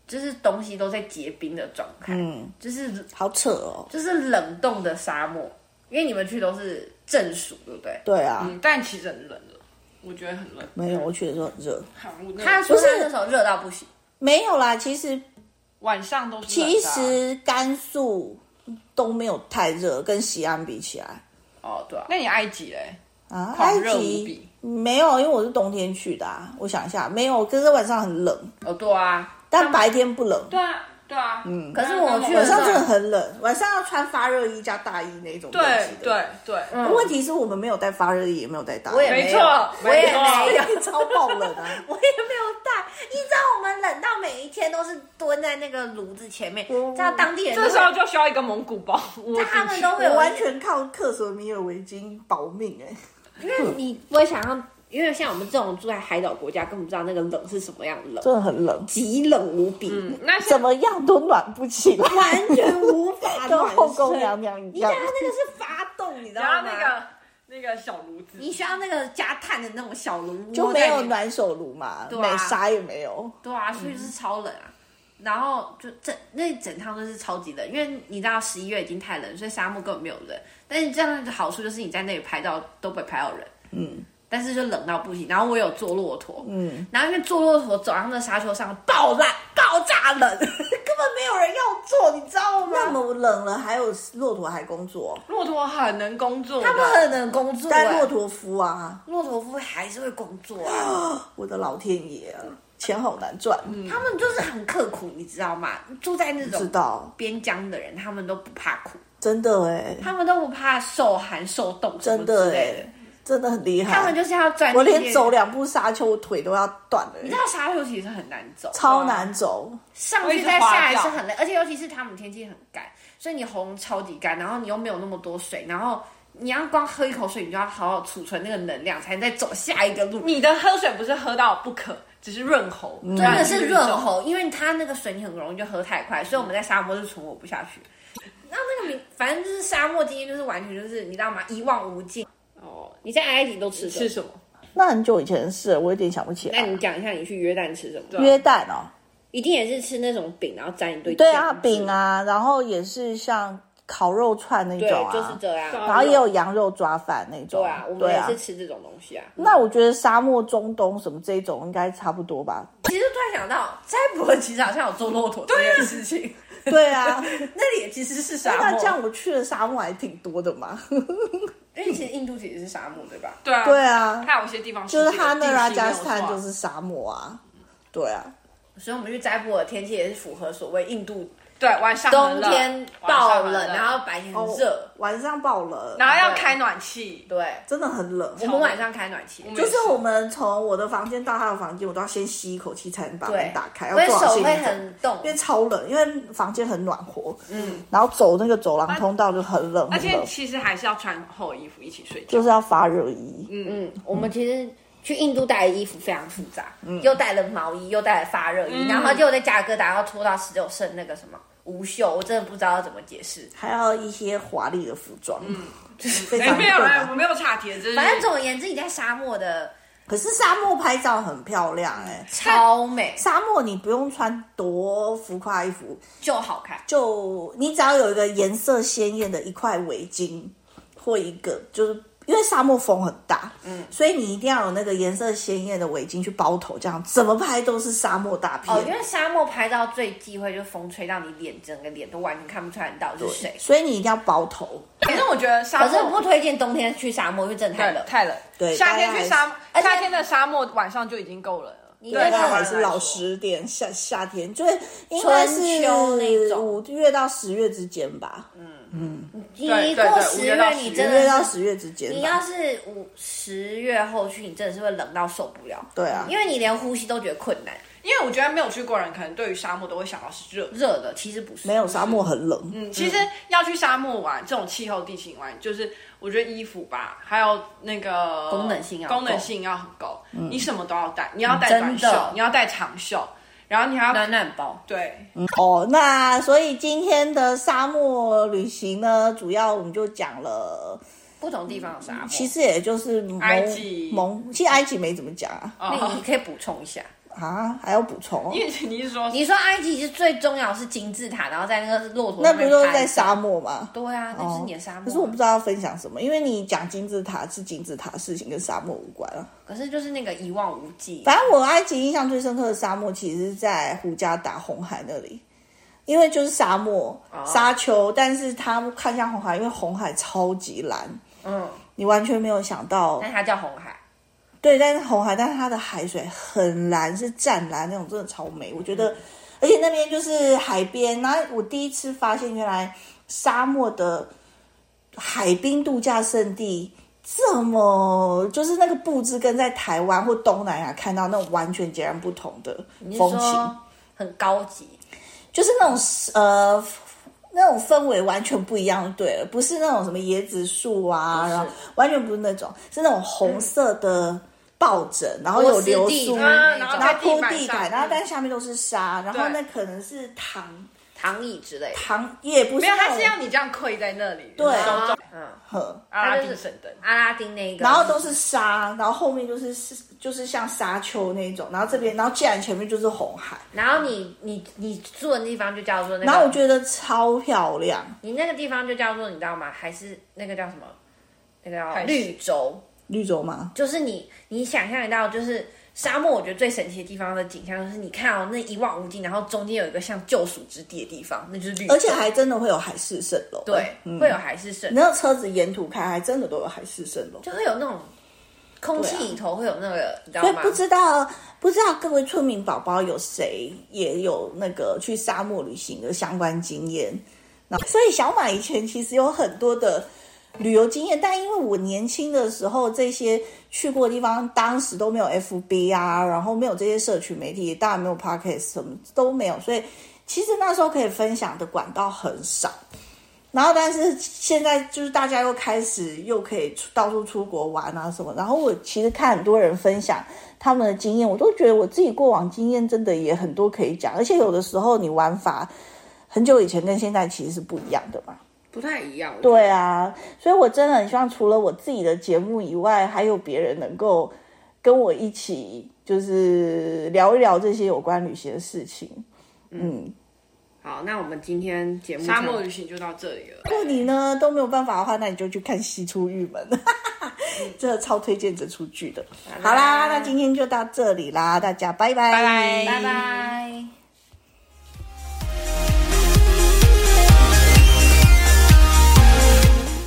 Speaker 3: 就是东西都在结冰的状态，
Speaker 1: 嗯，
Speaker 3: 就是
Speaker 1: 好扯哦。
Speaker 3: 就是冷冻的沙漠，因为你们去都是正暑，对不对？
Speaker 1: 对啊，
Speaker 2: 嗯，但其实很冷的，我觉得很冷。
Speaker 1: 没有，我去的时候很热。
Speaker 2: 韩屋那
Speaker 3: 他说
Speaker 1: 不
Speaker 3: 他
Speaker 1: 是
Speaker 3: 那时候热到不行，
Speaker 1: 没有啦，其实
Speaker 2: 晚上都是冷
Speaker 1: 其
Speaker 2: 的啊
Speaker 1: 实甘肃都没有太热，跟西安比起来
Speaker 3: 哦，对啊，
Speaker 2: 那你埃及嘞？
Speaker 1: 啊，埃
Speaker 2: 狂热无
Speaker 1: 及
Speaker 2: 比
Speaker 1: 没有，因为我是冬天去的啊。我想一下，没有，可是晚上很冷，
Speaker 3: 哦，对啊，
Speaker 1: 但白天不冷。
Speaker 2: 对啊，对啊，嗯，
Speaker 3: 可是我去的
Speaker 1: 晚
Speaker 3: 时候
Speaker 1: 上真的很冷，晚上要穿发热衣加大衣那种东西
Speaker 2: 对
Speaker 1: 的。
Speaker 2: 对对，
Speaker 1: 那问题是我们没有带发热衣，也没有带大衣，哎
Speaker 3: 我也
Speaker 2: 没
Speaker 3: 没有，
Speaker 2: 错
Speaker 3: 我也没
Speaker 2: 没
Speaker 3: 有
Speaker 2: 错。
Speaker 1: 超爆冷
Speaker 2: [LAUGHS]
Speaker 1: 啊！
Speaker 3: 我也没有带，你知道我们冷到每一天都是蹲在那个炉子前面，知道当地人都
Speaker 2: 这
Speaker 3: 会
Speaker 2: 时候就需要一个蒙古包窝
Speaker 3: 他们
Speaker 2: 进去
Speaker 3: 都。会有
Speaker 1: 我完，全靠克什米尔围巾保命哎、
Speaker 3: 因为你不会想要，因为像我们这种住在海岛国家，根本不知道那个冷是什么样
Speaker 1: [LAUGHS]
Speaker 3: 的冷，
Speaker 1: 真的很冷，
Speaker 3: 极冷无比，
Speaker 2: 嗯，那
Speaker 1: 怎
Speaker 2: 像
Speaker 1: 么样都暖不起来，
Speaker 3: 完全无法
Speaker 1: 跟
Speaker 3: 暖
Speaker 1: 后宫
Speaker 3: 身
Speaker 1: 娘娘一
Speaker 3: 你看
Speaker 1: 样
Speaker 3: 他。那个是发动，你知道
Speaker 2: 然
Speaker 3: 吗？
Speaker 2: 后那个那个小炉子，
Speaker 3: 你需要那个加炭的那种小炉窝
Speaker 1: 就没有
Speaker 3: 在里面
Speaker 1: 暖手炉嘛，
Speaker 3: 对啊
Speaker 1: 美沙也没有。
Speaker 3: 对啊，所以就是超冷啊。然后就整那整趟都是超级冷，因为你知道十一月已经太冷，所以沙漠根本没有人。但是这样的好处就是你在那里拍照都不会拍到人，
Speaker 1: 嗯
Speaker 3: 但是就冷到不行。然后我有坐骆驼，
Speaker 1: 嗯，
Speaker 3: 然后因为坐骆驼走上那沙丘上爆烂爆炸冷， [LAUGHS] 根本没有人要坐，你知道吗？
Speaker 1: 那么冷了，还有骆驼还工作，
Speaker 2: 骆驼很能工作的，
Speaker 3: 他们很能工作、
Speaker 1: 但
Speaker 3: 欸，
Speaker 1: 骆驼夫啊，
Speaker 3: 骆驼夫还是会工作啊。
Speaker 1: 我的老天爷啊，钱好难赚，
Speaker 3: 他们就是很刻苦，你知道吗？住在那
Speaker 1: 嗯知
Speaker 3: 种
Speaker 1: 道？
Speaker 3: 边疆的人，他们都不怕苦，
Speaker 1: 真的哎、
Speaker 3: 他们都不怕受寒受冻什
Speaker 1: 真
Speaker 3: 么
Speaker 1: 的
Speaker 3: 之
Speaker 1: 哎、
Speaker 3: 类的。
Speaker 1: 真的很厉害。
Speaker 3: 他们就是要钻
Speaker 1: 我
Speaker 3: 进
Speaker 1: 连
Speaker 3: 去
Speaker 1: 走。两步沙丘，我腿都要断了、欸
Speaker 3: 你知道沙丘其实很难走，
Speaker 1: 超难走。
Speaker 3: 上去再下来是很累，而且尤其是他们天气很干，所以你喉咙超级干，然后你又没有那么多水，然后你要光喝一口水，你就要好好储存那个能量，才能再走下一个路。
Speaker 2: 你的喝水不是喝到不渴，只是润喉，
Speaker 1: 嗯
Speaker 2: 真
Speaker 3: 真的是润。喉，因为它那个水你很容易就喝太快，所以我们在沙漠是存活不下去。那那个名，反正就是沙漠经验，就是完全就是你知道吗？一望无际。
Speaker 2: 哦，
Speaker 3: 你在埃及都吃什
Speaker 2: 吃
Speaker 3: 么？
Speaker 2: 什么？
Speaker 1: 那很久以前的事，我有点想不起
Speaker 3: 哎那你
Speaker 1: 来。
Speaker 3: 讲一下你去约旦吃什么？
Speaker 2: 对
Speaker 1: 约旦哦，
Speaker 3: 一定也是吃那种饼，然后沾一堆
Speaker 1: 对啊，
Speaker 3: 酱汁
Speaker 1: 饼，啊，然后也是像烤肉串那
Speaker 3: 对
Speaker 1: 种，啊，
Speaker 3: 就是这样。
Speaker 1: 然后也有羊肉抓饭那种。
Speaker 3: 对啊，我们
Speaker 1: 对
Speaker 3: 也
Speaker 1: 啊
Speaker 3: 是吃这种东西啊。
Speaker 1: 那我觉得沙漠、中东什么这一种应该差不多
Speaker 3: [LAUGHS]
Speaker 1: 吧？
Speaker 3: 其实突然想到，斋普尔其实好像有坐骆驼这件事情，
Speaker 1: 对啊，
Speaker 3: [LAUGHS] 那里也其实是沙
Speaker 1: [LAUGHS] 那
Speaker 3: 漠
Speaker 1: 这。样我去的沙漠还挺多的嘛。
Speaker 3: 因为其实印度其实是沙漠，对吧？
Speaker 2: 对啊，
Speaker 1: 对啊，
Speaker 2: 它有些地方
Speaker 1: 就是哈
Speaker 2: 那
Speaker 1: 那拉加斯坦就是沙漠啊，对啊，
Speaker 3: 所以我们去斋浦的天气也是符合所谓印度
Speaker 2: 对晚上很
Speaker 3: 冬
Speaker 2: 冷
Speaker 3: 天爆
Speaker 2: 晚上很哦
Speaker 3: 冷，
Speaker 2: 冷
Speaker 3: 然后白天很热。
Speaker 1: 晚上爆冷，
Speaker 2: 然后要开暖气，
Speaker 3: 对，
Speaker 1: 真的很冷。
Speaker 3: 我们晚上开暖气，
Speaker 2: 我们
Speaker 1: 就
Speaker 2: 也
Speaker 1: 是我们从我的房间到他的房间，我都要先吸一口气才能把门
Speaker 3: 对，
Speaker 1: 打开，要
Speaker 3: 我的
Speaker 1: 做好
Speaker 3: 手
Speaker 1: 心理
Speaker 3: 会
Speaker 1: 准备。
Speaker 3: 很冻
Speaker 1: 因。为超冷，因为房间很暖和，嗯，然后走那个走廊通道就很冷，
Speaker 2: 而
Speaker 1: 很
Speaker 2: 且
Speaker 1: 冷，
Speaker 2: 其实还是要穿厚衣服一起睡觉。
Speaker 1: 就是要发热衣，
Speaker 3: 嗯，我们其实去印度带的衣服非常复杂，又带了毛衣，又带了发热衣，
Speaker 2: 嗯
Speaker 3: 然后又在加哥达要脱到十九胜那个什么无袖，我真的不知道要怎么解释。
Speaker 1: 还要一些华丽的服装，嗯，就是非
Speaker 2: 哎，
Speaker 1: 常
Speaker 2: [LAUGHS] 没有
Speaker 1: 困
Speaker 2: 哎，
Speaker 1: 难
Speaker 2: 我没有岔题，真是。
Speaker 3: 反正总而言之，你在沙漠的
Speaker 1: 可是沙漠拍照很漂亮哎、
Speaker 3: 超美，
Speaker 1: 沙漠你不用穿多浮夸衣服，
Speaker 3: 就好看。
Speaker 1: 就你只要有一个颜色鲜艳的一块围巾或一个，就是因为沙漠风很大，嗯，所以你一定要有那个颜色鲜艳的围巾去包头，这样怎么拍都是沙漠大片。
Speaker 3: 哦，因为沙漠拍照最忌讳就是风吹到你脸，整个脸都完全看不出来你到底是谁。
Speaker 1: 所以你一定要包头，
Speaker 2: 反正我觉得沙
Speaker 3: 可是我
Speaker 2: 漠
Speaker 3: 不推荐冬天去沙漠，因为真的太冷
Speaker 2: 对。太冷，
Speaker 1: 对
Speaker 2: 夏天去沙
Speaker 3: 而且
Speaker 2: 夏天的沙漠晚上就已经够冷了。
Speaker 3: 你
Speaker 1: 大
Speaker 3: 在
Speaker 1: 概
Speaker 3: 台湾
Speaker 1: 还
Speaker 3: 来
Speaker 1: 是
Speaker 3: 说
Speaker 1: 老十点夏夏天，就是应该
Speaker 3: 春秋那
Speaker 1: 是
Speaker 3: 种
Speaker 1: 五月到十月之间吧，
Speaker 3: 你
Speaker 2: 对对
Speaker 3: 过
Speaker 2: 对
Speaker 3: 十
Speaker 2: 五月到十
Speaker 3: 月，你
Speaker 2: 月
Speaker 1: 五
Speaker 3: 真
Speaker 1: 月到
Speaker 3: 的是，
Speaker 1: 十月之间吧。
Speaker 3: 你要是五十月后去，你真的是会冷到受不了。
Speaker 1: 对啊
Speaker 3: 因为你连呼吸都觉得困难。
Speaker 2: 因为我觉得没有去过的人，可能对于沙漠都会想到是热的。
Speaker 1: 嗯
Speaker 3: 热的其实不是，
Speaker 1: 没有沙漠很冷，
Speaker 2: 嗯，其实要去沙漠玩，这种气候地形玩，就是我觉得衣服吧，还有那个
Speaker 3: 功能性要
Speaker 2: 功能性要很够，
Speaker 1: 嗯
Speaker 2: 你什么都要带，你要带短袖
Speaker 3: 真的，
Speaker 2: 你要带长袖，然后你还要
Speaker 3: 暖暖包。
Speaker 2: 对，
Speaker 1: 哦，那所以今天的沙漠旅行呢，主要我们就讲
Speaker 3: 哦
Speaker 1: 了，
Speaker 3: 不同地方有沙漠，
Speaker 1: 嗯其实也就是蒙
Speaker 2: 埃及
Speaker 1: 蒙，其实埃及没怎么讲啊
Speaker 3: 那
Speaker 2: 哦
Speaker 3: 你可以补充一下。
Speaker 1: 啊，还要补充哦、
Speaker 2: 因为你是说
Speaker 3: 你说埃及是最重要的是金字塔，然后在那个骆驼
Speaker 1: 那
Speaker 3: 上
Speaker 1: 不
Speaker 3: 面
Speaker 1: 就是
Speaker 3: 拍
Speaker 1: 在沙漠吗？
Speaker 3: 对啊，那就是你的沙漠啊、
Speaker 1: 哦可是我不知道要分享什么，因为你讲金字塔是金字塔的事情，跟沙漠无关啊。
Speaker 3: 可是就是那个一望无际，
Speaker 1: 反正我埃及印象最深刻的沙漠，其实是在胡加达红海那里，因为就是沙漠、沙丘，但是它看像红海，因为红海超级蓝，
Speaker 3: 嗯，
Speaker 1: 你完全没有想到
Speaker 3: 但它叫红海，
Speaker 1: 对，但是红海，但是它的海水很蓝，是湛蓝那种，真的超美。我觉
Speaker 3: 嗯
Speaker 1: 得，而且那边就是海边，然后我第一次发现，原来沙漠的海滨度假胜地这么，就是那个布置跟在台湾或东南亚看到那种完全截然不同的
Speaker 3: 你是
Speaker 1: 风情，
Speaker 3: 说很高级，
Speaker 1: 就是那种呃。那种氛围完全不一样，对了，不是那种什么椰子树啊，然后完全不是那种，是那种红色的抱枕，然后有
Speaker 3: 波斯
Speaker 1: 流
Speaker 3: 地
Speaker 1: 苏，
Speaker 3: 毯
Speaker 2: 啊，然
Speaker 3: 那种
Speaker 2: 后
Speaker 1: 然
Speaker 2: 在
Speaker 1: 后铺
Speaker 2: 板
Speaker 1: 地
Speaker 2: 上嗯
Speaker 1: 板，，然后但下面都是沙，然后
Speaker 2: 对
Speaker 1: 那可能是糖
Speaker 3: 躺椅之类的。
Speaker 1: 糖，也不是
Speaker 2: 没有，啊
Speaker 1: 那
Speaker 2: 它
Speaker 1: 种
Speaker 2: 是要你这啊样跪在那里，
Speaker 1: 对
Speaker 2: 然后
Speaker 3: 嗯，
Speaker 1: 呵
Speaker 2: 阿拉
Speaker 3: 它
Speaker 2: 丁
Speaker 3: 就是
Speaker 2: 神灯，
Speaker 3: 阿拉丁那一个，
Speaker 1: 然后都是沙，然后后面就是是就是像沙丘那种，然后这边，然后既然前面就是红海，
Speaker 3: 然后你你你住的地方就叫做那个，
Speaker 1: 然后我觉得超漂亮，
Speaker 3: 你那个地方就叫做你知道吗？还是那个叫什么？那个叫
Speaker 2: 海
Speaker 3: 绿洲，
Speaker 1: 绿洲吗？
Speaker 3: 就是你你想象得到，就是沙漠，我觉得最神奇的地方的景象就是你看哦那一望无际，然后中间有一个像救赎之地的地方，那就是绿洲，
Speaker 1: 而且还真的会有海市蜃楼，
Speaker 3: 对、
Speaker 1: 嗯
Speaker 3: 会有海市蜃
Speaker 1: 你那车子沿途开，还真的都有海市蜃楼。
Speaker 3: 就会有那种空气里头会有那个，你知道
Speaker 1: 所以
Speaker 3: 吗？
Speaker 1: 啊不知道不知道各位村民宝宝有谁也有那个去沙漠旅行的相关经验？那所以小马以前其实有很多的旅游经验，但因为我年轻的时候这些去过的地方，当时都没有 FB 啊，然后没有这些社群媒体，也当然没有 Podcast，什么都没有，所以其实那时候可以分享的管道很少。然后，但是现在就是大家又开始又可以出到处出国玩啊什么。然后我其实看很多人分享他们的经验，我都觉得我自己过往经验真的也很多可以讲，而且有的时候你玩法很久以前跟现在其实是不一样的嘛。
Speaker 3: 不太一样，
Speaker 1: 对啊，所以我真的很希望，除了我自己的节目以外，还有别人能够跟我一起，就是聊一聊这些有关旅行的事情。嗯，
Speaker 3: 好，那我们今天节目
Speaker 2: 沙漠
Speaker 3: 差
Speaker 2: 旅行就到这里了。
Speaker 1: 如果你呢都没有办法的话，那你就去看《西出玉门》， [LAUGHS] 真的超推荐这出剧的。好啦，那今天就到这里啦，大家拜拜，拜
Speaker 3: 不多，拜拜。